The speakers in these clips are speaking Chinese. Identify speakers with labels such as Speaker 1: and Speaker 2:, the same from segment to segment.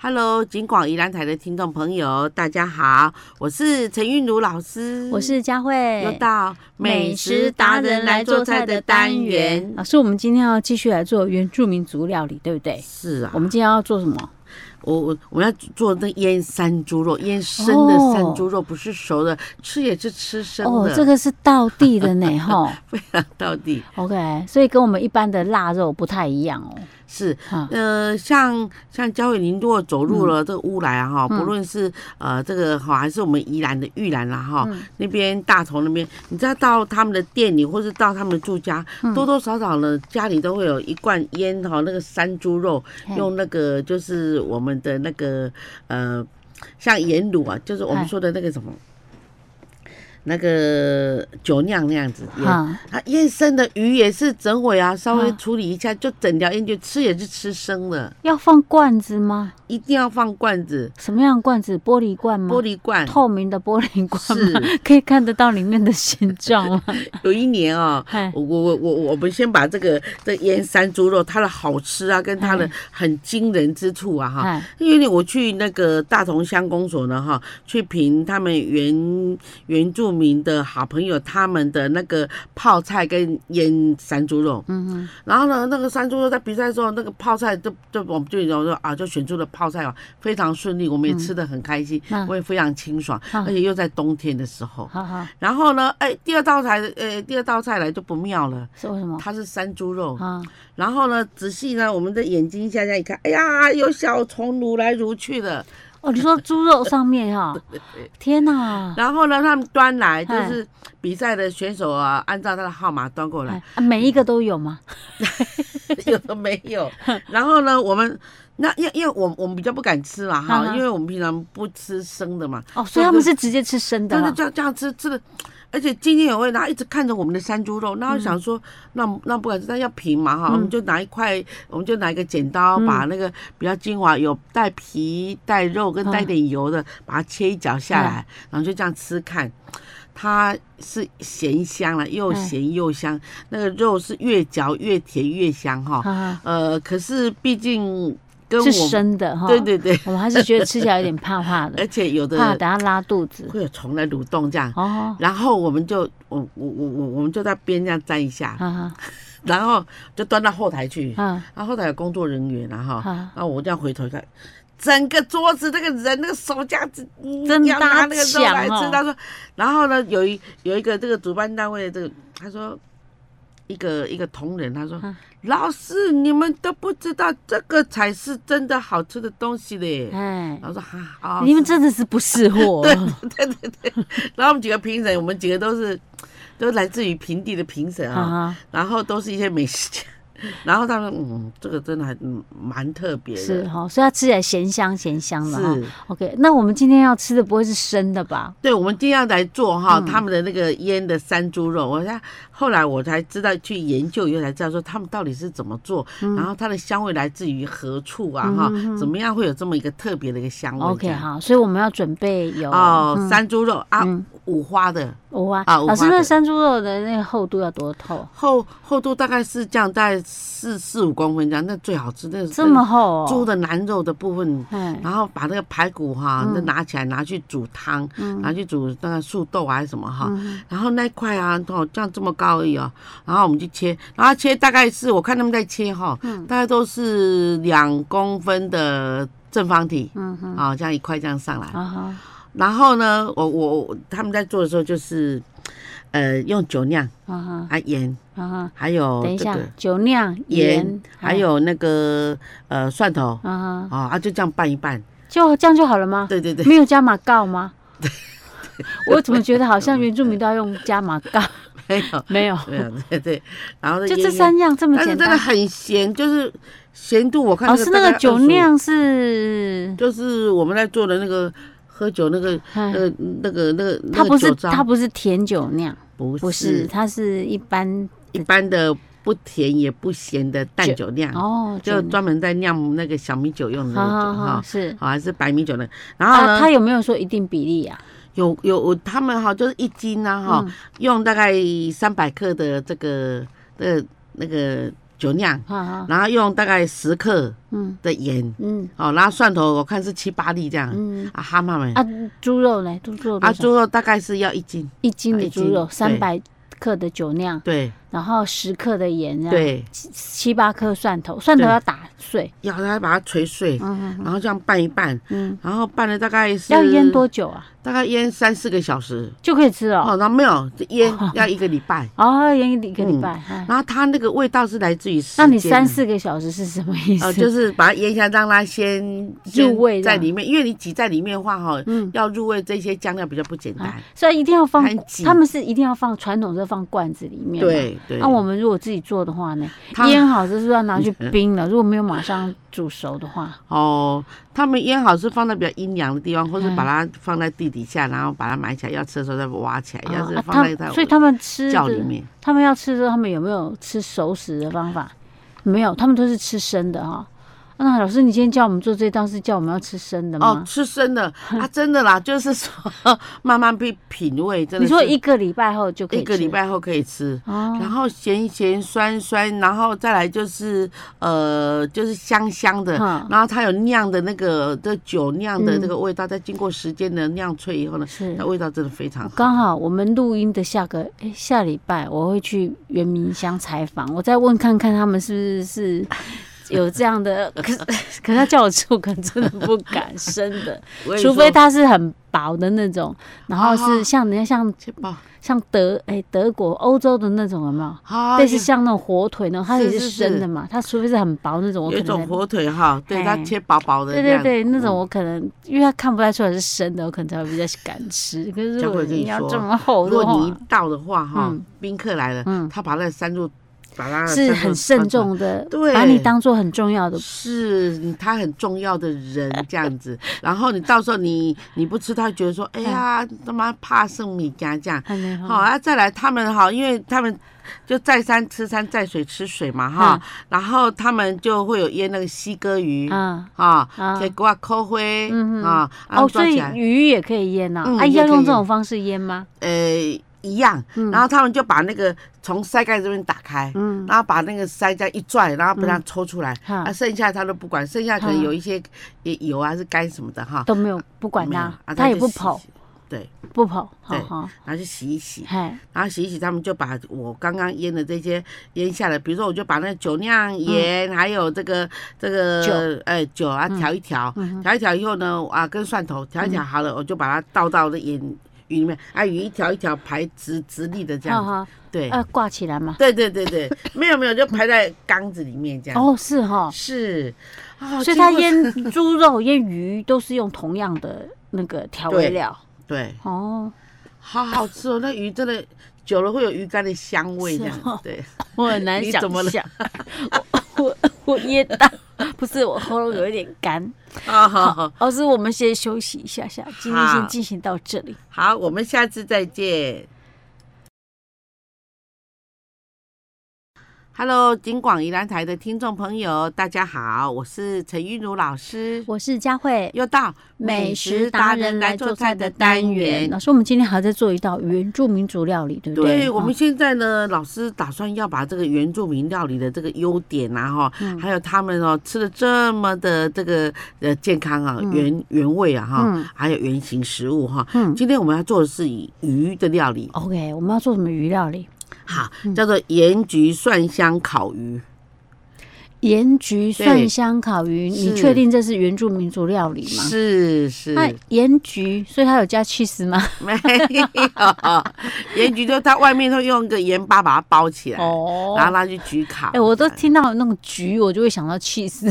Speaker 1: Hello，金广宜兰台的听众朋友，大家好，我是陈韵如老师，
Speaker 2: 我是佳慧，
Speaker 1: 又到美食达人来做菜的单元。
Speaker 2: 老师，我们今天要继续来做原住民族料理，对不对？
Speaker 1: 是啊
Speaker 2: 我，们今天要做什么？
Speaker 1: 我我我们要做那腌山猪肉，腌生的山猪肉，不是熟的，吃也是吃生的，
Speaker 2: 哦哦，这个是道地的呢，哈。
Speaker 1: 非常到底
Speaker 2: OK，所以跟我们一般的腊肉不太一样哦。
Speaker 1: 是。
Speaker 2: 啊，
Speaker 1: 呃，像像焦伟，您如果走
Speaker 2: 嗯
Speaker 1: 入了这个乌来啊哈，不论是呃这个哈，还是我们宜兰的玉兰啦啊哈，
Speaker 2: 嗯
Speaker 1: 那边大同那边，你知道到他们的店里或是到他们的住家，
Speaker 2: 嗯
Speaker 1: 多多少少呢，家里都会有一罐腌哈那个山猪肉，
Speaker 2: 嘿
Speaker 1: 用那个就是我们的那个呃，像盐卤啊，就是我们
Speaker 2: 嗨
Speaker 1: 说的那个什么。那个酒酿那样子腌，
Speaker 2: 哈，
Speaker 1: 啊，腌生的鱼也是整尾啊，稍微
Speaker 2: 啊
Speaker 1: 处理一下就整条腌就吃也是吃生的，
Speaker 2: 要放罐子吗？
Speaker 1: 一定要放罐子，
Speaker 2: 什么样的罐子？玻璃罐吗？
Speaker 1: 玻璃罐。
Speaker 2: 透明的玻璃罐吗？
Speaker 1: 是
Speaker 2: 可以看得到里面的形 状吗？
Speaker 1: 有一年啊、
Speaker 2: 嗨
Speaker 1: 我我我我我们先把这个这腌山猪肉它的好吃啊，跟它的
Speaker 2: 哎
Speaker 1: 很惊人之处啊哈，
Speaker 2: 嗨，
Speaker 1: 因为我去那个大同乡公所呢哈，去评他们原原住民的好朋友他们的那个泡菜跟腌山猪肉，
Speaker 2: 嗯哼，
Speaker 1: 然后呢，那个山猪肉在比赛的时候，那个泡菜就就我们就有说啊，就选出了泡菜哦，非常顺利，我们也吃的很开心，
Speaker 2: 嗯
Speaker 1: 我也非常清爽，
Speaker 2: 嗯
Speaker 1: 而且又在冬天的时候。
Speaker 2: 好好，
Speaker 1: 然后呢，哎，第二道菜，呃，第二道菜来就不妙了，
Speaker 2: 是为什么？
Speaker 1: 它是山猪肉。
Speaker 2: 啊，
Speaker 1: 然后呢，仔细呢，我们的眼睛下下一看，哎呀，有小虫蠕来蠕去的。
Speaker 2: 哦，你说猪肉上 面哈？天哪！
Speaker 1: 然后呢，他们端来就
Speaker 2: 哎
Speaker 1: 是比赛的选手啊，按照他的号码端过来
Speaker 2: 哎。啊，每一个都有吗？
Speaker 1: 有的没有。然后呢，我们那因因为我我们比较不敢吃啦
Speaker 2: 嗯
Speaker 1: 哈，
Speaker 2: 哼
Speaker 1: 因为我们平常不吃生的嘛，
Speaker 2: 哦，所以他们是直接吃生的
Speaker 1: 但
Speaker 2: 啦
Speaker 1: 是这样这样吃吃的，而且津津有味，然后一直看着我们的山猪肉，然后想说，那那不敢吃，但要平嘛哈，
Speaker 2: 嗯
Speaker 1: 我们就拿一块，我们就拿一个剪刀，
Speaker 2: 嗯
Speaker 1: 把那个比较精华有带皮带肉跟带点油的，把它切一角下来，然后就这样吃看。它是咸香了，又
Speaker 2: 哎
Speaker 1: 咸又香，那个肉是越嚼越甜越香哈。
Speaker 2: 啊，
Speaker 1: 呃，可是毕竟跟我
Speaker 2: 是
Speaker 1: 们
Speaker 2: 生的哈。
Speaker 1: 对，对对，
Speaker 2: 我们还是觉得吃起来有点怕怕的
Speaker 1: 而，且有
Speaker 2: 怕
Speaker 1: 的
Speaker 2: 等下拉肚 子。
Speaker 1: 会有虫来蠕动这样。
Speaker 2: 哦，
Speaker 1: 然后我们就，我我我我我们就在边这样站一下，
Speaker 2: 啊
Speaker 1: 然后就端到后台去，
Speaker 2: 啊
Speaker 1: 然后后台有工作人员然后，
Speaker 2: 啊！
Speaker 1: 然后我这样回头一看，整个桌子那个人那个手这样子，嗯
Speaker 2: 真
Speaker 1: 要拿那个肉
Speaker 2: 大
Speaker 1: 来
Speaker 2: 抢
Speaker 1: 吃。
Speaker 2: 哦
Speaker 1: 他说，然后呢，有一有一个这个主办单位的这个，他说一个一个同仁，他说、
Speaker 2: 嗯
Speaker 1: 老师你们都不知道这个才是真的好吃的东西嘞。
Speaker 2: 哎
Speaker 1: 然，后说哈啊，哦
Speaker 2: 你们
Speaker 1: 是啊
Speaker 2: 真的是 不识货。
Speaker 1: 然后我们几个评审，我们几个都是都来自于平地的评审啊，
Speaker 2: 啊，
Speaker 1: 然后都是一些美食家。 然后他们嗯，这个真的还嗯蛮特别的，
Speaker 2: 是哈，所以它吃起来咸香咸香的哈
Speaker 1: 是。
Speaker 2: OK，那我们今天要吃的不会是生的吧？
Speaker 1: 对，我们今天要来做
Speaker 2: 嗯
Speaker 1: 哈、他们的那个腌的山猪肉。我才后来我才知道去研究以后才知道说他们到底是怎么做，
Speaker 2: 嗯
Speaker 1: 然后它的香味来自于何处啊哈、怎么样会有这么一个特别的一个香味
Speaker 2: OK，
Speaker 1: 这样
Speaker 2: 好，所以我们要准备有
Speaker 1: 哦，
Speaker 2: 嗯
Speaker 1: 山猪肉啊、
Speaker 2: 嗯
Speaker 1: 五花的
Speaker 2: 五花。
Speaker 1: 啊五
Speaker 2: 老师，
Speaker 1: 花
Speaker 2: 那
Speaker 1: 的
Speaker 2: 山猪肉的那个厚度要多透？
Speaker 1: 厚厚度大概是这样，大概四四五公分这样，那最好吃。那是
Speaker 2: 这么厚哦？
Speaker 1: 猪的腩肉的部分。
Speaker 2: 哎，
Speaker 1: 然后把那个排骨哈，
Speaker 2: 嗯
Speaker 1: 那拿起来拿去煮汤，拿去煮那个素豆啊还是什么哈，
Speaker 2: 嗯
Speaker 1: 然后那一块啊，哦，这样这么高而已哦，然后我们就切，然后切大概是我看他们在切哈，
Speaker 2: 嗯
Speaker 1: 大概都是两公分的正方体，
Speaker 2: 嗯哼，
Speaker 1: 啊，这样一块这样上来，
Speaker 2: 啊哈，
Speaker 1: 然后呢，我我我他们在做的时候就是，呃，用酒酿
Speaker 2: 啊哈，
Speaker 1: 啊盐，
Speaker 2: 啊哈。
Speaker 1: 还有
Speaker 2: 等一
Speaker 1: 这
Speaker 2: 下
Speaker 1: 个，
Speaker 2: 酒酿
Speaker 1: 哦盐
Speaker 2: 盐，啊
Speaker 1: 还有那个呃蒜头
Speaker 2: 啊哈，
Speaker 1: 啊啊，就这样拌一拌，
Speaker 2: 就这样就好了吗？
Speaker 1: 对对 对。
Speaker 2: 没有加马告吗？ 我怎么觉得好像原住民都要用加马告？
Speaker 1: 没有，
Speaker 2: 没有，
Speaker 1: 没有， 对对。然后呢
Speaker 2: 就
Speaker 1: 腌
Speaker 2: 这
Speaker 1: 一腌，
Speaker 2: 三样这么
Speaker 1: 但是
Speaker 2: 简
Speaker 1: 真的
Speaker 2: 单。
Speaker 1: 很咸，就是咸度我看
Speaker 2: 老师，
Speaker 1: 大
Speaker 2: 那
Speaker 1: 概
Speaker 2: 个酒
Speaker 1: 25，
Speaker 2: 酿是，
Speaker 1: 就是我们在做的那个喝酒那个那
Speaker 2: 哎
Speaker 1: 个那个那个
Speaker 2: 它
Speaker 1: 那
Speaker 2: 不
Speaker 1: 个酒
Speaker 2: 是它
Speaker 1: 糟，
Speaker 2: 不是甜酒酿，
Speaker 1: 不
Speaker 2: 不是，它是一般
Speaker 1: 一般的不甜也不咸的淡
Speaker 2: 酒
Speaker 1: 酒酿，
Speaker 2: 哦，
Speaker 1: 嗯就
Speaker 2: 酒酿
Speaker 1: 专门在酿那个小米酒用的
Speaker 2: 好
Speaker 1: 那
Speaker 2: 好
Speaker 1: 个酒
Speaker 2: 好
Speaker 1: 哈。
Speaker 2: 是。
Speaker 1: 好，还是白米酒呢？然后
Speaker 2: 啊，
Speaker 1: 呢，
Speaker 2: 它有没有说一定比例啊？
Speaker 1: 有有有他们哈，就是一
Speaker 2: 嗯
Speaker 1: 斤呐、啊、哈、用大概三百克的这个呃那个酒酿，
Speaker 2: 好好，
Speaker 1: 然后用大概十克
Speaker 2: 嗯
Speaker 1: 的盐，
Speaker 2: 嗯
Speaker 1: 哦，然后蒜头我看是七八粒这样，
Speaker 2: 嗯
Speaker 1: 啊哈妈们，
Speaker 2: 啊，猪肉呢？猪肉
Speaker 1: 啊
Speaker 2: 多少
Speaker 1: 猪肉大概是要一斤，
Speaker 2: 一斤
Speaker 1: 啊
Speaker 2: 的
Speaker 1: 一
Speaker 2: 猪
Speaker 1: 斤
Speaker 2: 肉
Speaker 1: 对
Speaker 2: 三百克的酒酿，
Speaker 1: 对
Speaker 2: 然后十克的盐，，
Speaker 1: 对，
Speaker 2: 七七八颗蒜头，蒜头
Speaker 1: 对
Speaker 2: 要打碎，
Speaker 1: 要它把它捶碎，
Speaker 2: 嗯
Speaker 1: 然后这样拌一拌，
Speaker 2: 嗯，
Speaker 1: 然后拌了大概是
Speaker 2: 要腌多久啊？
Speaker 1: 大概腌三四个小时，
Speaker 2: 就可以吃哦。
Speaker 1: 哦，然后没有腌要一个礼拜。
Speaker 2: 哦，腌一个礼
Speaker 1: 嗯
Speaker 2: 拜。哎
Speaker 1: 然后它那个味道是来自于时
Speaker 2: 那
Speaker 1: 间的，
Speaker 2: 你三四个小时是什么意
Speaker 1: 呃，
Speaker 2: 思？
Speaker 1: 就是把它腌一下，让它先先
Speaker 2: 入味这
Speaker 1: 在
Speaker 2: 样
Speaker 1: 里面，因为你挤在里面的话，哈，
Speaker 2: 嗯
Speaker 1: 要入味这些酱料比较不简单。
Speaker 2: 啊，所以一定要放
Speaker 1: 很，紧
Speaker 2: 他们是一定要放传统是放罐子里面。。
Speaker 1: 对对，
Speaker 2: 那、啊我们如果自己做的话呢，
Speaker 1: 它
Speaker 2: 腌好就是要拿去
Speaker 1: 嗯
Speaker 2: 冰了。如果没有马上煮熟的话，
Speaker 1: 哦，他们腌好是放在比较阴凉的地方，或是
Speaker 2: 嗯
Speaker 1: 把它放在地底下，然后把它埋起来，要吃的时候再挖起来。要是
Speaker 2: 啊
Speaker 1: 哎放在
Speaker 2: 他
Speaker 1: 它
Speaker 2: 所以他们吃
Speaker 1: 窖里
Speaker 2: 的，
Speaker 1: 面，
Speaker 2: 他们要吃的时候，他们有没有吃熟食的方法？没有，他们都是吃生的哈、啊那老师，你今天叫我们做这道是叫我们要吃生的
Speaker 1: 哦
Speaker 2: 吗，？
Speaker 1: 吃生 的啊，真的啦，就是说慢慢被品味，真的
Speaker 2: 你说
Speaker 1: 是
Speaker 2: 一个礼拜后就可以
Speaker 1: 一个
Speaker 2: 吃
Speaker 1: 礼拜后可以吃。
Speaker 2: 哦，
Speaker 1: 然后咸咸酸酸，然后再来就是呃，就是香香的，
Speaker 2: 嗯
Speaker 1: 然后它有酿的那个这酒酿的
Speaker 2: 嗯
Speaker 1: 这个味道，再经过时间的酿萃以后呢，
Speaker 2: 是
Speaker 1: 那味道真的非常好。
Speaker 2: 刚好我们录音的下个诶下礼拜我会去圆明乡采访，我再问看看他们是不是是有这样的。 可是可是他叫我吃，我可能真的不敢生的，
Speaker 1: 我跟你
Speaker 2: 除非
Speaker 1: 说
Speaker 2: 它是很薄的那种，然后是
Speaker 1: 哦
Speaker 2: 像人家像
Speaker 1: 切爆，
Speaker 2: 像德诶、德国欧洲的那种有没有？
Speaker 1: 好，
Speaker 2: 类似像那种火腿呢，它也
Speaker 1: 啊是
Speaker 2: 是
Speaker 1: 是
Speaker 2: 生
Speaker 1: 是
Speaker 2: 的嘛，它除非是很薄那种，我
Speaker 1: 有
Speaker 2: 可
Speaker 1: 一种
Speaker 2: 能才
Speaker 1: 火腿哈，对，它
Speaker 2: 嘿
Speaker 1: 切薄薄的
Speaker 2: 对
Speaker 1: 这
Speaker 2: 对
Speaker 1: 样，
Speaker 2: 对，那种
Speaker 1: 嗯
Speaker 2: 我可能因为它看不太出来是生的，我可能才会比较敢吃。可是
Speaker 1: 这
Speaker 2: 如
Speaker 1: 样
Speaker 2: 果
Speaker 1: 我跟你
Speaker 2: 你要
Speaker 1: 说
Speaker 2: 这么厚
Speaker 1: 如
Speaker 2: 的话，
Speaker 1: 果你一到的话哈
Speaker 2: 嗯，
Speaker 1: 宾客来了
Speaker 2: 嗯，
Speaker 1: 他把那个山路把它
Speaker 2: 是很慎，重的，
Speaker 1: 对
Speaker 2: 把你当做很重要的。
Speaker 1: 是他很重要的人这样子。 然后你到时候你你不吃，他觉得说，哎呀，
Speaker 2: 嗯
Speaker 1: 他妈怕剩米家这样。
Speaker 2: 很
Speaker 1: 好啊，再来他们哈，因为他们就再山吃山，再水吃水嘛哈
Speaker 2: 嗯，
Speaker 1: 然后他们就会有腌那个西哥鱼
Speaker 2: 啊，
Speaker 1: 啊，
Speaker 2: 啊
Speaker 1: 给挂扣灰
Speaker 2: 嗯嗯
Speaker 1: 啊，然
Speaker 2: 哦，
Speaker 1: 后
Speaker 2: 所
Speaker 1: 抓
Speaker 2: 以
Speaker 1: 起来，
Speaker 2: 鱼也可以腌呐，
Speaker 1: 嗯
Speaker 2: 啊，
Speaker 1: 也
Speaker 2: 要
Speaker 1: 可以
Speaker 2: 用这
Speaker 1: 腌
Speaker 2: 种方式腌吗？
Speaker 1: 呃，一样。
Speaker 2: 嗯
Speaker 1: 然后他们就把那个从腮盖这边打开，
Speaker 2: 嗯，
Speaker 1: 然后把那个腮这样一拽，然后把它抽出来，
Speaker 2: 哈
Speaker 1: 啊，剩下他都不管，剩下可能
Speaker 2: 嗯
Speaker 1: 有一些也油啊是干什么的哈，
Speaker 2: 都没有不管
Speaker 1: 没有
Speaker 2: 它
Speaker 1: 啊，
Speaker 2: 它也
Speaker 1: 就
Speaker 2: 不
Speaker 1: 洗一
Speaker 2: 跑
Speaker 1: 洗，对，
Speaker 2: 不跑，好
Speaker 1: 对
Speaker 2: 好，
Speaker 1: 然后就洗一洗，
Speaker 2: 嘿，
Speaker 1: 然后洗一洗，他们就把我刚刚腌的这些腌下来，比如说我就把那个酒酿盐，还有这个这个
Speaker 2: 嗯酒嗯
Speaker 1: 哎酒啊调一调，调一调以后呢，啊跟蒜头调一调好了，我就把它倒到那盐鱼里面，啊鱼一条一条排直直立的这
Speaker 2: 好
Speaker 1: 样，
Speaker 2: 好，
Speaker 1: 对。
Speaker 2: 呃，挂起来嘛。
Speaker 1: 对对对对，没有没有，就排在缸子里面这样。
Speaker 2: 哦，是哈，
Speaker 1: 是，哦
Speaker 2: 所
Speaker 1: 经
Speaker 2: 以它
Speaker 1: 过
Speaker 2: 腌猪肉、腌鱼都是用同样的那个调味
Speaker 1: 对
Speaker 2: 料。
Speaker 1: 对，
Speaker 2: 哦，
Speaker 1: 好好吃哦，那鱼真的久了会有鱼干的香味这
Speaker 2: 是哦
Speaker 1: 样， 对，
Speaker 2: 我很难
Speaker 1: 你
Speaker 2: 想
Speaker 1: 怎么了
Speaker 2: 象， 我我我噎到，不是我喉咙有一点干。
Speaker 1: 啊好好
Speaker 2: 老师，我们先休息一下下，今天先
Speaker 1: 好
Speaker 2: 进行到这里。
Speaker 1: 好，我们下次再见。Hello，金广宜兰台的听众朋友，大家好，我是陈玉茹老师，
Speaker 2: 我是佳慧，
Speaker 1: 又到
Speaker 2: 老师，我们今天还在做一道原住民族料理，对不对？
Speaker 1: 对，我们
Speaker 2: 哦
Speaker 1: 现在呢，老师打算要把这个原住民料理的这个优点啊，哈、
Speaker 2: 嗯
Speaker 1: 还有他们哦吃的这么的这个呃健康啊，原原味啊，哈、
Speaker 2: 嗯
Speaker 1: 还有原型食物哈、
Speaker 2: 嗯
Speaker 1: 今天我们要做的是以鱼的料理，
Speaker 2: 哦 OK，我们要做什么鱼料理？
Speaker 1: 好，
Speaker 2: 嗯
Speaker 1: 叫做盐焗蒜香烤鱼。
Speaker 2: 盐焗蒜香烤鱼，
Speaker 1: 是
Speaker 2: 你确定这是原住民族料理吗？
Speaker 1: 是是，
Speaker 2: 那盐焗，所以它有加 cheese 吗？
Speaker 1: 没有盐焗就它外面都用一个盐巴把它包起来，
Speaker 2: 哦
Speaker 1: 然后拿去焗烤。
Speaker 2: 哎、我都听到那种焗，我就会想到 cheese。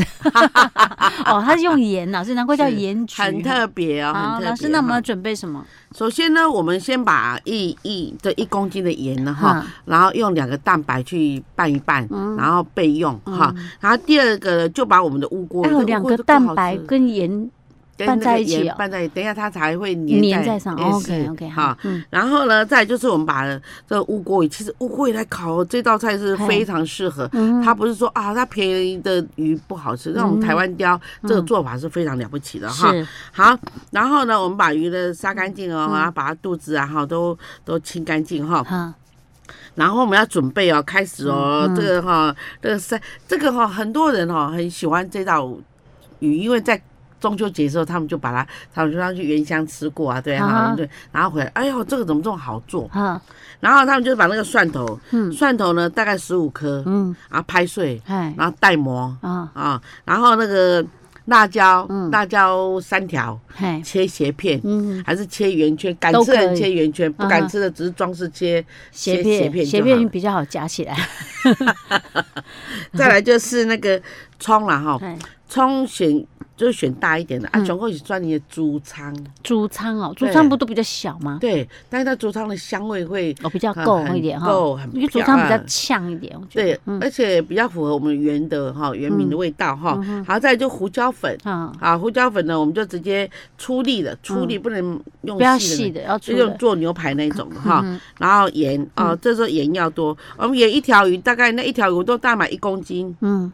Speaker 2: 哦，它是用盐，老师，难怪叫
Speaker 1: 是
Speaker 2: 盐焗。
Speaker 1: 很特别哦，很
Speaker 2: 好，
Speaker 1: 特别。
Speaker 2: 老师，那我们
Speaker 1: 哈
Speaker 2: 要准备什么？
Speaker 1: 首先呢，我们先把一一这一公斤的盐呢哈
Speaker 2: 嗯，
Speaker 1: 然后用两个蛋白去拌一拌，然后备用哈。然后第二个呢，就把我们的乌锅，
Speaker 2: 还
Speaker 1: 这乌
Speaker 2: 嗯哎有
Speaker 1: 锅
Speaker 2: 两个
Speaker 1: 就更
Speaker 2: 蛋
Speaker 1: 好
Speaker 2: 白
Speaker 1: 吃
Speaker 2: 跟盐
Speaker 1: 跟
Speaker 2: 拌
Speaker 1: 那
Speaker 2: 在
Speaker 1: 个
Speaker 2: 一起
Speaker 1: 盐
Speaker 2: 哦
Speaker 1: 拌在，等一下它才会
Speaker 2: 粘
Speaker 1: 粘
Speaker 2: 在上。
Speaker 1: 哎
Speaker 2: OK
Speaker 1: 是
Speaker 2: OK，
Speaker 1: 哈
Speaker 2: 好。，嗯，
Speaker 1: 然后呢，再就是我们把这个乌龟，其实乌龟来烤哦这道菜是非常适合。
Speaker 2: 嗯
Speaker 1: 它不是说啊，它便宜的鱼不好吃，那我们台湾雕这个做法是非常了不起的哈。
Speaker 2: 嗯是嗯
Speaker 1: 好，然后呢，我们把鱼的杀干净哦，然后把它肚子啊哈都都清干净哈。
Speaker 2: 哈，
Speaker 1: 然后我们要准备哦，开始哦，
Speaker 2: 嗯
Speaker 1: 这个哈、这个三，这个哈、很多人哈、很喜欢这道鱼，因为在中秋节的时候，他们就把它，他们就让去原乡吃过啊，对啊，
Speaker 2: 啊哈
Speaker 1: 对，然后回来，哎呦，这个怎么这么好做？
Speaker 2: 啊，
Speaker 1: 然后他们就把那个蒜头，
Speaker 2: 嗯
Speaker 1: 蒜头呢大概十五颗，
Speaker 2: 嗯，
Speaker 1: 啊拍碎，
Speaker 2: 哎，
Speaker 1: 然后带膜
Speaker 2: 啊，
Speaker 1: 啊，然后那个辣椒，
Speaker 2: 嗯
Speaker 1: 辣椒三条
Speaker 2: 嘿，
Speaker 1: 切斜片，
Speaker 2: 嗯，
Speaker 1: 还是切圆圈，敢
Speaker 2: 都
Speaker 1: 吃的
Speaker 2: 可
Speaker 1: 人
Speaker 2: 以
Speaker 1: 切圆圈，不
Speaker 2: 啊哈
Speaker 1: 敢吃的只是装饰切
Speaker 2: 斜
Speaker 1: 斜
Speaker 2: 片斜
Speaker 1: 就好
Speaker 2: 片
Speaker 1: 了。
Speaker 2: 比较好夹起来，
Speaker 1: 再来就是那个葱啦哈，
Speaker 2: 哎，
Speaker 1: 葱选就选大一点的啊，
Speaker 2: 嗯
Speaker 1: 总共是专你的猪汤，
Speaker 2: 猪汤哦，猪
Speaker 1: 对
Speaker 2: 汤不都比较小吗？
Speaker 1: 对，但是它猪汤的香味会
Speaker 2: 哦，比较
Speaker 1: 很
Speaker 2: 够
Speaker 1: 很
Speaker 2: 一点哈，
Speaker 1: 够很
Speaker 2: 因为猪
Speaker 1: 漂
Speaker 2: 汤比较
Speaker 1: 亮
Speaker 2: 呛一点，我觉得，
Speaker 1: 对，而且比较符合我们原的哈原民的
Speaker 2: 嗯
Speaker 1: 味道哈。好，再来就胡椒粉。
Speaker 2: 啊，
Speaker 1: 啊，胡椒粉呢，我们就直接粗粒的，粗粒不能用
Speaker 2: 嗯不要
Speaker 1: 细
Speaker 2: 细
Speaker 1: 的，
Speaker 2: 的，要粗
Speaker 1: 就用
Speaker 2: 的，
Speaker 1: 做牛排那种的哈。
Speaker 2: 嗯
Speaker 1: 然后盐啊，这时候盐要多。我们盐一条鱼，大概那一条鱼我都大概买一公斤，
Speaker 2: 嗯，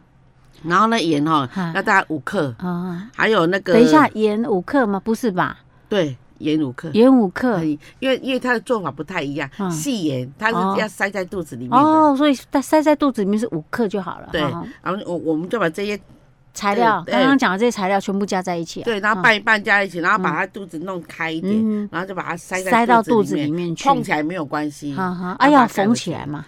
Speaker 1: 然后那盐哈
Speaker 2: 嗯
Speaker 1: 要大概五克，
Speaker 2: 啊，
Speaker 1: 还有那个
Speaker 2: 等一下，盐五克吗？不是吧？
Speaker 1: 对，盐五克。
Speaker 2: 盐五克
Speaker 1: 可，以，因为因为它的做法不太一样
Speaker 2: 嗯，
Speaker 1: 细盐它
Speaker 2: 哦
Speaker 1: 是要塞在肚子里面的，
Speaker 2: 哦，所以它塞在肚子里面是五克就好了，啊嗯
Speaker 1: 对
Speaker 2: 哈。
Speaker 1: 然后我我们就把这些
Speaker 2: 材料，
Speaker 1: 对
Speaker 2: 刚刚讲的这些材料全部加在一起啊，
Speaker 1: 对，然后
Speaker 2: 嗯
Speaker 1: 拌一拌加一起，然后把它肚子弄开一点，
Speaker 2: 嗯，
Speaker 1: 然后就把它塞在
Speaker 2: 塞到肚子里
Speaker 1: 里面，
Speaker 2: 面去，
Speaker 1: 碰起来没有关系，
Speaker 2: 哈哈，
Speaker 1: 然
Speaker 2: 哎
Speaker 1: 后把它盖
Speaker 2: 呀，缝
Speaker 1: 回
Speaker 2: 起来嘛，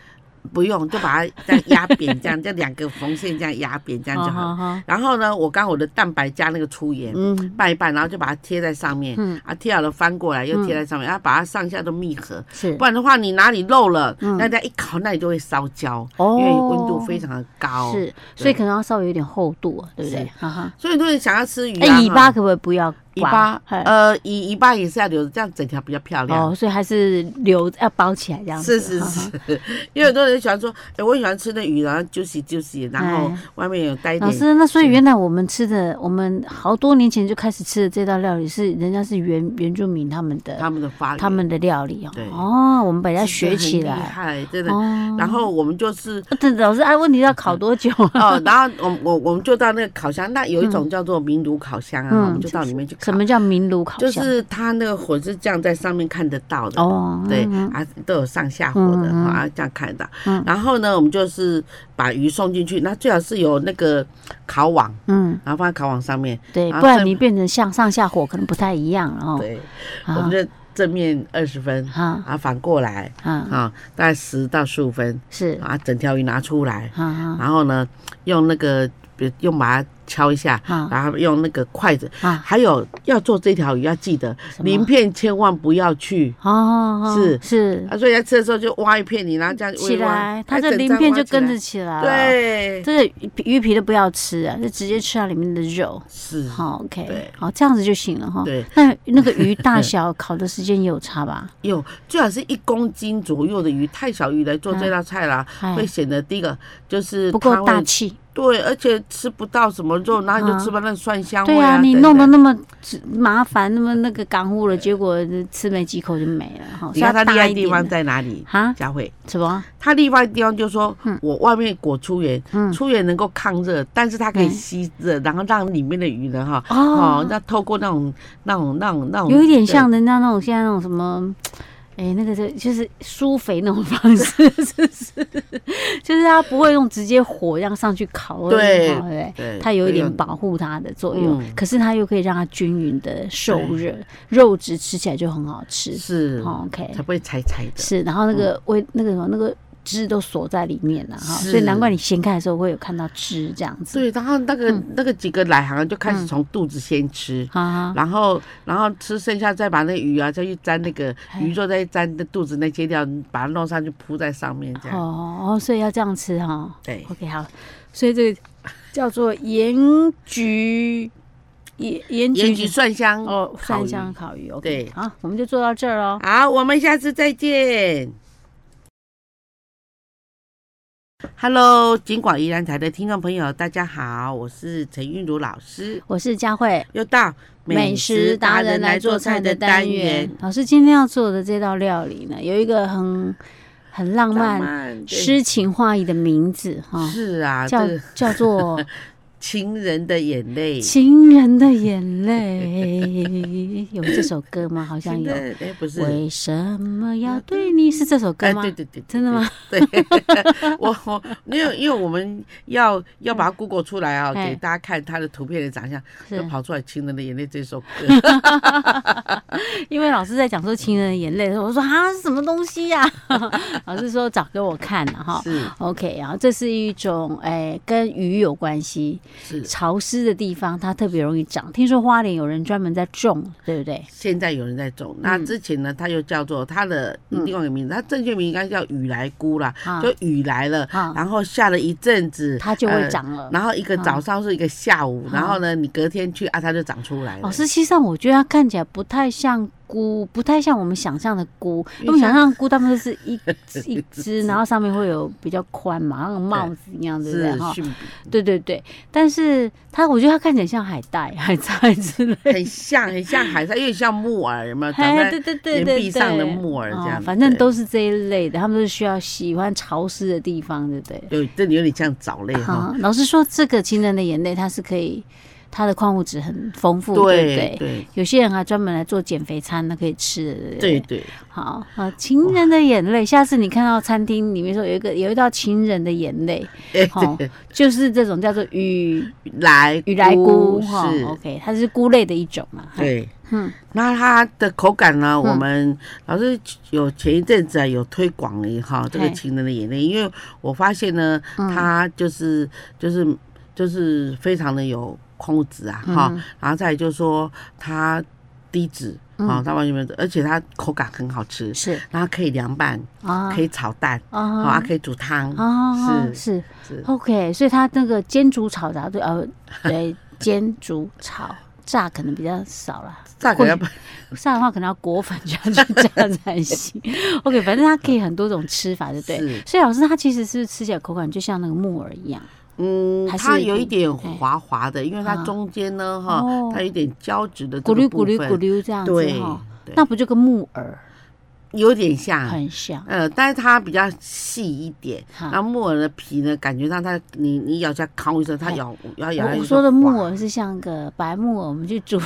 Speaker 1: 不用就把它这样压扁，这样这两个缝线这样压扁，这样就好了。
Speaker 2: 啊哈，
Speaker 1: 然后呢，我刚我的蛋白加那个粗盐。
Speaker 2: 哦嗯，
Speaker 1: 拌一拌，然后就把它贴在上面，
Speaker 2: 嗯
Speaker 1: 啊，贴好了翻过来又贴在上面，然后把它上下都密合，
Speaker 2: 是嗯
Speaker 1: 不，然的话你哪里漏了，那它一烤那里就会烧焦，
Speaker 2: 哦
Speaker 1: 因为温度非常的高。
Speaker 2: 是，所以可能要稍微有点厚度啊，对不对？
Speaker 1: 哦是
Speaker 2: 哈哈，
Speaker 1: 所以如果你想要吃鱼、啊，
Speaker 2: 哎，尾巴
Speaker 1: 哈
Speaker 2: 可不可以不要刮？
Speaker 1: 尾巴，
Speaker 2: 嘿
Speaker 1: 呃，尾尾巴也是要留着，这样整条比较漂亮。
Speaker 2: 哦，啊所以还是留要包起来这样 子，
Speaker 1: 是是
Speaker 2: 哈哈，
Speaker 1: 是，啊因为很多人喜欢说，哎、我喜欢吃那鱼，然后揪洗揪洗，然后
Speaker 2: 哎
Speaker 1: 外面有带一
Speaker 2: 老
Speaker 1: 点，
Speaker 2: 师，那所以原来我们吃的，我们好多年前就开始吃的这道料理是人家是原原住民他们的
Speaker 1: 他们的发源，
Speaker 2: 他们的料理哦
Speaker 1: 对，
Speaker 2: 哦，我们把它
Speaker 1: 真的
Speaker 2: 学
Speaker 1: 很
Speaker 2: 起
Speaker 1: 厉
Speaker 2: 来，
Speaker 1: 害，真的。
Speaker 2: 哦，
Speaker 1: 然后我们就是
Speaker 2: 这老师，哎，问题要烤多久啊？
Speaker 1: 哦，然后我们我我们就到那个烤箱，那有一种叫做民炉烤箱啊，
Speaker 2: 嗯
Speaker 1: 我们就到里面去烤
Speaker 2: 什，么叫明炉烤
Speaker 1: 就
Speaker 2: 箱？
Speaker 1: 是它那个火是这样在上面看得到的，
Speaker 2: 哦，
Speaker 1: 对
Speaker 2: 嗯
Speaker 1: 啊，都有上下火的
Speaker 2: 嗯嗯
Speaker 1: 啊，这样看得到
Speaker 2: 嗯。
Speaker 1: 然后呢，我们就是把鱼送进去，那最好是有那个烤网，
Speaker 2: 嗯，
Speaker 1: 然后放在烤网上面。
Speaker 2: 对，
Speaker 1: 啊
Speaker 2: 不然
Speaker 1: 这
Speaker 2: 你变成像上下火可能不太一样了哦。
Speaker 1: 对，
Speaker 2: 啊
Speaker 1: 我们就正面二十分，
Speaker 2: 啊
Speaker 1: 啊，反过来
Speaker 2: 啊
Speaker 1: 啊，大概十到十五分，
Speaker 2: 是
Speaker 1: 啊，整条鱼拿出来，
Speaker 2: 啊啊
Speaker 1: 然后呢，用那个比用把它敲一下，
Speaker 2: 啊
Speaker 1: 然后用那个筷子。
Speaker 2: 啊
Speaker 1: 还有要做这条鱼要记得，
Speaker 2: 什么
Speaker 1: 鳞片千万不要去
Speaker 2: 哦哦，哦
Speaker 1: 是
Speaker 2: 是
Speaker 1: 啊！所以在吃的时候就挖一片你，然后这样微
Speaker 2: 嗯起
Speaker 1: 挖
Speaker 2: 来，它
Speaker 1: 哎
Speaker 2: 这
Speaker 1: 整
Speaker 2: 鳞
Speaker 1: 张
Speaker 2: 片
Speaker 1: 挖
Speaker 2: 就
Speaker 1: 起
Speaker 2: 跟
Speaker 1: 来
Speaker 2: 着起来了。
Speaker 1: 对，
Speaker 2: 这个鱼皮鱼皮都不要吃啊，就直接吃它里面的肉。
Speaker 1: 是，
Speaker 2: 好，OK，
Speaker 1: 对
Speaker 2: 好，这样子就行了哈。
Speaker 1: 对，
Speaker 2: 那那个鱼大小烤的时间也有差吧？
Speaker 1: 有最好是一公斤左右的鱼，太小鱼来做这道菜啦，
Speaker 2: 哎
Speaker 1: 会显得第一个就是
Speaker 2: 不够
Speaker 1: 它会
Speaker 2: 大气。
Speaker 1: 对，而且吃不到什么肉，然后你就吃不到那蒜香味
Speaker 2: 对啊，你
Speaker 1: 等
Speaker 2: 弄得
Speaker 1: 等
Speaker 2: 那么麻烦，那么那个港呼了，结果吃没几口就没了哈。
Speaker 1: 你看它
Speaker 2: 所以
Speaker 1: 厉
Speaker 2: 要大
Speaker 1: 害
Speaker 2: 一
Speaker 1: 的
Speaker 2: 点
Speaker 1: 地方
Speaker 2: 的啊
Speaker 1: 在哪里？
Speaker 2: 哈？
Speaker 1: 佳慧，
Speaker 2: 什么？
Speaker 1: 它厉害的地方就是说，我外面裹粗盐，
Speaker 2: 嗯
Speaker 1: 粗盐能够抗热，但是它可以
Speaker 2: 嗯
Speaker 1: 吸热，然后让里面的鱼呢，哈，哦
Speaker 2: 哦，，
Speaker 1: 那透过那种、那种、那种、那种，
Speaker 2: 有一点像人家那种现在那种什么。哎，那个就就是疏肥那种方式，是不是？ 就是它不会用直接火让上去烤，
Speaker 1: 对
Speaker 2: 对不对？
Speaker 1: 对，
Speaker 2: 它有一点
Speaker 1: 对
Speaker 2: 保护它的作用，
Speaker 1: 嗯
Speaker 2: 可是它又可以让它均匀的受热，肉质吃起来就很好吃。
Speaker 1: 是，
Speaker 2: 哦 OK，
Speaker 1: 才不会柴柴的。
Speaker 2: 是，然后那个味、那个什么那个汁都锁在里面了哈，
Speaker 1: 是
Speaker 2: 所以难怪你掀开的时候会有看到汁这样子。
Speaker 1: 对，然后那个、那个几个奶行就开始
Speaker 2: 嗯
Speaker 1: 从肚子先吃。
Speaker 2: 啊，
Speaker 1: 然后，然后吃剩下再把那鱼啊，再去沾那个
Speaker 2: 哎
Speaker 1: 鱼肉，再沾那肚子那些料，把它弄上去铺在上面这样。
Speaker 2: 哦哦，所以要这样吃哈。
Speaker 1: 对，
Speaker 2: OK，好，所以这个叫做盐焗盐盐
Speaker 1: 盐焗
Speaker 2: 焗
Speaker 1: 蒜香
Speaker 2: 哦
Speaker 1: 烤
Speaker 2: 蒜
Speaker 1: 鱼
Speaker 2: 香烤鱼。OK，
Speaker 1: 对
Speaker 2: 好，我们就做到这儿喽。
Speaker 1: 好，我们下次再见。Hello，金广宜兰台的听众朋友，大家好，我是陈韵如老师，
Speaker 2: 我是佳慧，
Speaker 1: 又到
Speaker 2: 美食达人来做菜的单元。。老师今天要做的这道料理呢，有一个很很浪漫、
Speaker 1: 慢对
Speaker 2: 诗情画意的名字哈，
Speaker 1: 是啊，这
Speaker 2: 叫
Speaker 1: 个
Speaker 2: 叫做
Speaker 1: 情人的眼泪，
Speaker 2: 情人的眼泪有这首歌吗？好像有。
Speaker 1: 哎、不是，
Speaker 2: 为什么要对你？是这首歌
Speaker 1: 哎，
Speaker 2: 吗？
Speaker 1: 对对对，
Speaker 2: 真的吗？
Speaker 1: 对， 我我因为因为我们要要把它 Google 出来啊，
Speaker 2: 哎
Speaker 1: 给大家看它的图片的长相，就是跑出来《情人的眼泪》这首歌。
Speaker 2: 因为老师在讲说情人的眼泪的时候，我说啊，是什么东西呀、 老师说找给我看了哈。
Speaker 1: 是
Speaker 2: OK，然后这是一种诶、哎跟鱼有关系，
Speaker 1: 是，
Speaker 2: 潮湿的地方它特别容易长。听说花莲有人专门在种，对不对？
Speaker 1: 现在有人在
Speaker 2: 嗯
Speaker 1: 种，那之前呢，它又叫做它的另外一个名字，它正确名应该叫雨来菇啦，
Speaker 2: 啊
Speaker 1: 就雨来了，
Speaker 2: 啊，
Speaker 1: 然后下了一阵子，
Speaker 2: 它就会
Speaker 1: 呃
Speaker 2: 长了。
Speaker 1: 然后一个
Speaker 2: 啊
Speaker 1: 早上是一个下
Speaker 2: 嗯
Speaker 1: 午，然后呢，你隔天去啊，它就长出来了。
Speaker 2: 老师，哦实际上我觉得它看起来不太像菇，不太像我们想象的菇。
Speaker 1: 因为
Speaker 2: 我们想象的菇大部分都是 一一只，然后上面会有比较宽嘛，像个帽子一样，对不
Speaker 1: 是
Speaker 2: 对？哈，
Speaker 1: 蕈
Speaker 2: 对对对。但是它，我觉得它看起来像海带、海菜之类的。
Speaker 1: 很像很像海参，有点像木耳，有 没有？ 长
Speaker 2: 哎，对
Speaker 1: 在
Speaker 2: 对对
Speaker 1: 岩
Speaker 2: 对
Speaker 1: 壁
Speaker 2: 对，
Speaker 1: 上的木耳这
Speaker 2: 哦
Speaker 1: 样，，
Speaker 2: 反正
Speaker 1: 对
Speaker 2: 都是这一类的，他们都是需要喜欢潮湿的地方，对不对？
Speaker 1: 有这里有点像藻类哈。
Speaker 2: 啊，老师说这个情人的眼泪，它是可以，它的矿物质很丰富，对不嗯对？
Speaker 1: 对
Speaker 2: 有些人还专门来做减肥餐，那可以吃的，对不
Speaker 1: 对对，
Speaker 2: 好啊，情人的眼泪。下次你看到餐厅里面说有一个有一道情人的眼泪，
Speaker 1: 哎
Speaker 2: 好
Speaker 1: 对，
Speaker 2: 就是这种叫做雨
Speaker 1: 来
Speaker 2: 哦雨来菇哦哈。
Speaker 1: 是，
Speaker 2: OK，它是菇类的一种嘛。哈，
Speaker 1: 对，
Speaker 2: 嗯，
Speaker 1: 那它的口感呢？我们老师有前一阵子啊有推广了哈，这个
Speaker 2: 嘿嗯
Speaker 1: 情人的眼泪，因为我发现呢，它就是就是就是非常的有矿物质啊哈，
Speaker 2: 嗯
Speaker 1: 然后再来就是说它低脂啊，它完全没有，而且它口感很好吃，
Speaker 2: 嗯是
Speaker 1: 然后可以凉拌，
Speaker 2: 啊
Speaker 1: 可以炒蛋，好
Speaker 2: 啊
Speaker 1: 啊，可以煮汤，
Speaker 2: 啊
Speaker 1: 是
Speaker 2: 是
Speaker 1: 是
Speaker 2: OK，所以它那个煎煮炒炸对呃对 煎煮炒。炸可能比较少啦，
Speaker 1: 大概要不
Speaker 2: 炸的话可能要裹粉加去炸才行。OK，反正 它可以很多种吃法，对不对？
Speaker 1: 是
Speaker 2: 所以老师它其实是不是吃起来口感就像那个木耳一样。
Speaker 1: 嗯，
Speaker 2: 还
Speaker 1: 它
Speaker 2: 是
Speaker 1: 有一
Speaker 2: 不
Speaker 1: 点
Speaker 2: 哎
Speaker 1: 滑滑的，因为它
Speaker 2: 啊
Speaker 1: 中间呢，哈
Speaker 2: 哦，
Speaker 1: 它有一点胶质的这
Speaker 2: 咕
Speaker 1: 个
Speaker 2: 噜咕噜
Speaker 1: 部分
Speaker 2: 咕噜这样子
Speaker 1: 对
Speaker 2: 哈，，
Speaker 1: 对
Speaker 2: 那不就跟木耳
Speaker 1: 有点像，
Speaker 2: 很像？
Speaker 1: 呃，但是它比较细一点。
Speaker 2: 哈
Speaker 1: 然后木耳的皮呢，感觉到它，你你咬下敲一声，它
Speaker 2: 哎
Speaker 1: 咬咬咬下
Speaker 2: 我
Speaker 1: 去
Speaker 2: 我
Speaker 1: 就
Speaker 2: 说的木
Speaker 1: 滑，
Speaker 2: 耳是像个白木耳，我们去煮哦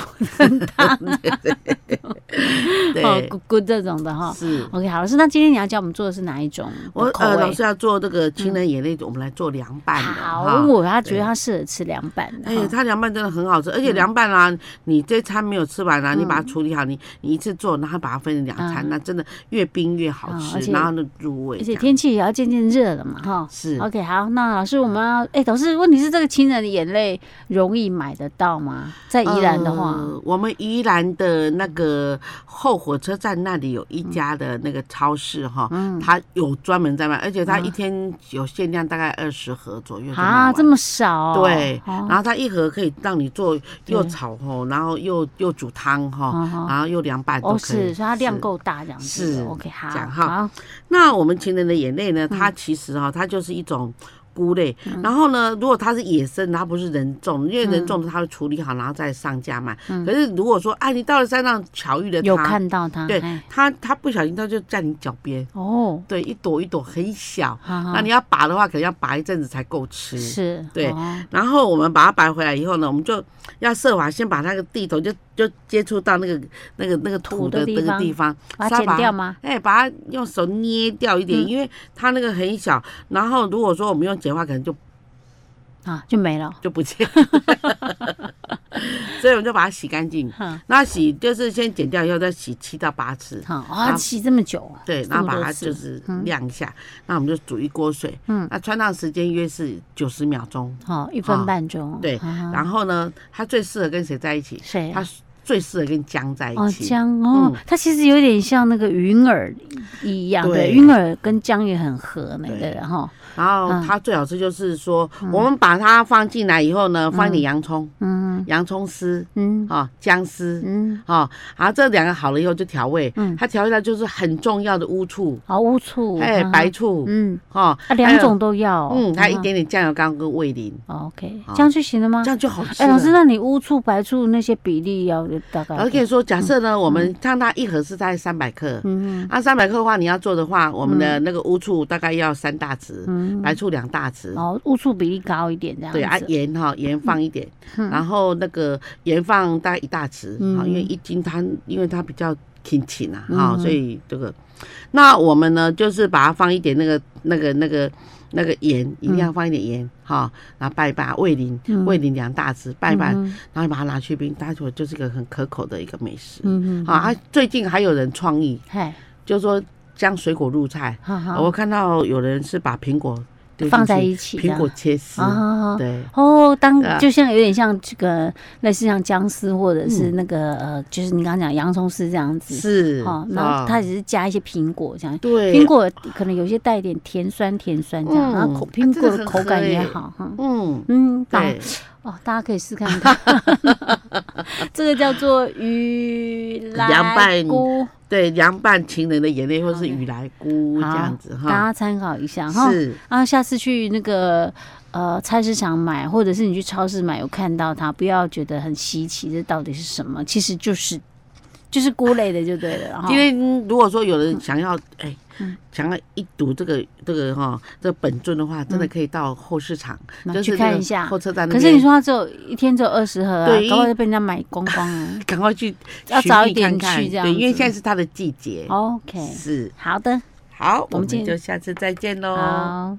Speaker 1: 对，
Speaker 2: 咕咕这种的哈。
Speaker 1: 是。
Speaker 2: OK，好，老师，那今天你要教我们做的是哪一种哦的
Speaker 1: 我
Speaker 2: 口
Speaker 1: 呃，老
Speaker 2: 味？嗯
Speaker 1: 师要做这个情人眼泪，我们来做凉拌的
Speaker 2: 好，
Speaker 1: 哈
Speaker 2: 因为我他觉得它适合吃凉拌的
Speaker 1: 哎、
Speaker 2: 哈。
Speaker 1: 它凉拌真的很好吃，而
Speaker 2: 嗯
Speaker 1: 且凉拌啦、你这餐没有吃完啊，你把它处理好，你你一次做，然后把它分成两餐，
Speaker 2: 嗯
Speaker 1: 那真的越冰越好
Speaker 2: 嗯
Speaker 1: 吃，
Speaker 2: 而且
Speaker 1: 然后呢入味
Speaker 2: 而
Speaker 1: 这
Speaker 2: 且
Speaker 1: 样。
Speaker 2: 天气也要渐渐热了嘛哈。
Speaker 1: 是
Speaker 2: OK，好，那老师，我们要哎，老师，问题是这个情人的眼泪容易买得到吗？在宜兰的话，
Speaker 1: 呃我们宜兰的那个后火车站那里有一家的那个超市哈，
Speaker 2: 嗯
Speaker 1: 它有专门在卖，而且它一天有限量，大概二十盒左右就卖
Speaker 2: 啊，
Speaker 1: 完
Speaker 2: 这么少哦？
Speaker 1: 对，
Speaker 2: 哦
Speaker 1: 然后它一盒可以让你做又
Speaker 2: 对
Speaker 1: 炒吼，然后又又煮汤哈，
Speaker 2: 哦哦
Speaker 1: 然后又凉拌都
Speaker 2: 哦，
Speaker 1: 可以。
Speaker 2: 是，所以它量
Speaker 1: 是
Speaker 2: 够大这样子
Speaker 1: 是
Speaker 2: 的。OK，好，
Speaker 1: 这样哈
Speaker 2: 好，
Speaker 1: 那我们情人的眼泪
Speaker 2: 嗯
Speaker 1: 呢？它其实哈、它就是一种菇类。然后呢，如果它是野生的，它不是人种，因为人种的它会处理好，然后再上架卖。可是如果说，哎，你到了山上巧遇了它，
Speaker 2: 嗯有看到它，
Speaker 1: 对
Speaker 2: 哎
Speaker 1: 它，它不小心它就在你脚边，
Speaker 2: 哦，
Speaker 1: 对，一朵一朵很小。
Speaker 2: 哈哈
Speaker 1: 那你要拔的话，可能要拔一阵子才够吃。
Speaker 2: 哦是，
Speaker 1: 对
Speaker 2: 哦
Speaker 1: 然后我们把它拔回来以后呢，我们就要设法先把那个地头就就接触到那个那个那个土
Speaker 2: 土的
Speaker 1: 的
Speaker 2: 地
Speaker 1: 那个
Speaker 2: 方
Speaker 1: 地方，
Speaker 2: 把它
Speaker 1: 稍微
Speaker 2: 剪掉吗？
Speaker 1: 哎、把它用手捏掉一点，
Speaker 2: 嗯
Speaker 1: 因为它那个很小。然后如果说我们用剪的话，可能就
Speaker 2: 啊，就没了。
Speaker 1: 就不见了， 所以我们就把它洗干净。
Speaker 2: 哼，
Speaker 1: 那洗就是先剪掉以后再洗七到八次，
Speaker 2: 好，哇，洗这么久哦，
Speaker 1: 对，
Speaker 2: 这
Speaker 1: 然后
Speaker 2: 么
Speaker 1: 把
Speaker 2: 多
Speaker 1: 它
Speaker 2: 次
Speaker 1: 就是晾一下。那我们就煮一锅水，
Speaker 2: 嗯
Speaker 1: 那穿烫时间约是九十秒钟。
Speaker 2: 哦，一
Speaker 1: 啊
Speaker 2: 分半钟，
Speaker 1: 对
Speaker 2: 哈哈
Speaker 1: 然后呢，它最适合跟谁在一起？
Speaker 2: 谁啊
Speaker 1: 它？最适合跟姜在
Speaker 2: 哦
Speaker 1: 一，起。
Speaker 2: 姜哦
Speaker 1: 嗯，
Speaker 2: 它其实有点像那个云耳一样，
Speaker 1: 对
Speaker 2: 对，云耳跟姜也很合那
Speaker 1: 对
Speaker 2: 个，然后，
Speaker 1: 然后
Speaker 2: 嗯
Speaker 1: 它最好吃就是说，我们把它放进来以后呢，放一点洋葱，
Speaker 2: 嗯
Speaker 1: 洋葱丝
Speaker 2: 嗯
Speaker 1: 啊，姜丝。
Speaker 2: 嗯，
Speaker 1: 哦，然后这两个好了以后就调味，
Speaker 2: 嗯
Speaker 1: 它调味料就是很重要的乌醋，
Speaker 2: 好乌醋，
Speaker 1: 哎，
Speaker 2: 哈哈
Speaker 1: 白，醋，
Speaker 2: 嗯，
Speaker 1: 哦，
Speaker 2: 啊，
Speaker 1: 还
Speaker 2: 两
Speaker 1: 有
Speaker 2: 种都要哦，
Speaker 1: 嗯，还有
Speaker 2: 哈
Speaker 1: 一
Speaker 2: 哈
Speaker 1: 点点酱油膏跟味淋，
Speaker 2: 哦，OK，
Speaker 1: 好
Speaker 2: 这样就行了吗
Speaker 1: 这？样就好吃
Speaker 2: 哎、
Speaker 1: 了。
Speaker 2: 老师，那你乌醋、白醋那些比例要大概？
Speaker 1: 我跟你说，假设呢，我们像它一盒是在三百克，
Speaker 2: 嗯
Speaker 1: 那三百克的话，你要做的话，我们的那个乌醋大概要三大匙，
Speaker 2: 嗯
Speaker 1: 白醋两大匙，
Speaker 2: 哦，误触比例高一点这样子。
Speaker 1: 啊
Speaker 2: 嗯
Speaker 1: 对啊，盐哈盐放一点，然后那个盐放大概一大匙，啊，因为一斤它因为它比较挺挺啊，
Speaker 2: 嗯
Speaker 1: 哈，所以这个，那我们呢就是把它放一点那个那个那个那个盐，一定要放一点盐哈，然后拌一拌，味淋
Speaker 2: 嗯
Speaker 1: 味淋两大匙拌一拌，然后把它拿去冰，它就就是一个很可口的一个美食。
Speaker 2: 嗯
Speaker 1: 好，啊，最近还有人创意，
Speaker 2: 嗨，
Speaker 1: 就是说将水果入菜，
Speaker 2: 好好，
Speaker 1: 我看到有人是把苹果丢进
Speaker 2: 嗯放在
Speaker 1: 去
Speaker 2: 一起这啊
Speaker 1: 苹
Speaker 2: 样
Speaker 1: 果切丝
Speaker 2: 好，好好。
Speaker 1: 对。
Speaker 2: 哦，当
Speaker 1: 对啊
Speaker 2: 就像有点像这个类似像姜丝或者是那个呃，就是你刚刚讲洋葱丝这样
Speaker 1: 嗯
Speaker 2: 子，
Speaker 1: 是
Speaker 2: 哦，然后
Speaker 1: 啊
Speaker 2: 它只是加一些苹果这样，
Speaker 1: 对
Speaker 2: 苹，果可能有些带一点甜酸甜酸这样，
Speaker 1: 嗯
Speaker 2: 然后口
Speaker 1: 啊
Speaker 2: 苹
Speaker 1: 这
Speaker 2: 果
Speaker 1: 个
Speaker 2: 的
Speaker 1: 很
Speaker 2: 口感
Speaker 1: 合
Speaker 2: 也
Speaker 1: 欸
Speaker 2: 好哈。
Speaker 1: 嗯，
Speaker 2: 嗯，大
Speaker 1: 对，
Speaker 2: 哦，大家可以试看 看，这个叫做鱼
Speaker 1: 凉拌
Speaker 2: 来菇，
Speaker 1: 对，凉拌情人的眼泪或是
Speaker 2: OK
Speaker 1: 雨来菇这
Speaker 2: 好
Speaker 1: 样子
Speaker 2: 大
Speaker 1: 哈，
Speaker 2: 家参考一下哈。
Speaker 1: 是
Speaker 2: 然后下次去那个呃菜市场买，或者是你去超市买，有看到它，不要觉得很稀奇，这到底是什么？其实就是就是菇类的就对了。哈
Speaker 1: 今天如果说有
Speaker 2: 嗯
Speaker 1: 人想要哎，想要一睹这个这个哈这本尊的话，真的可以到后市场，
Speaker 2: 嗯那
Speaker 1: 就是
Speaker 2: 去
Speaker 1: 那
Speaker 2: 看
Speaker 1: 个
Speaker 2: 一下
Speaker 1: 后车站那
Speaker 2: 可
Speaker 1: 边。
Speaker 2: 是你说它只有一天只有二十盒啊
Speaker 1: 对，
Speaker 2: 搞不好
Speaker 1: 因
Speaker 2: 就被人家买光光啊了。
Speaker 1: 赶快去
Speaker 2: 要
Speaker 1: 寻
Speaker 2: 早
Speaker 1: 觅
Speaker 2: 一
Speaker 1: 看
Speaker 2: 点
Speaker 1: 看
Speaker 2: 去这样
Speaker 1: 对，因为
Speaker 2: 子
Speaker 1: 现在是它的季节，
Speaker 2: OK，
Speaker 1: 是
Speaker 2: 好的，
Speaker 1: 好，我
Speaker 2: 我们
Speaker 1: 们
Speaker 2: 今天
Speaker 1: 就下次再见喽。
Speaker 2: 好。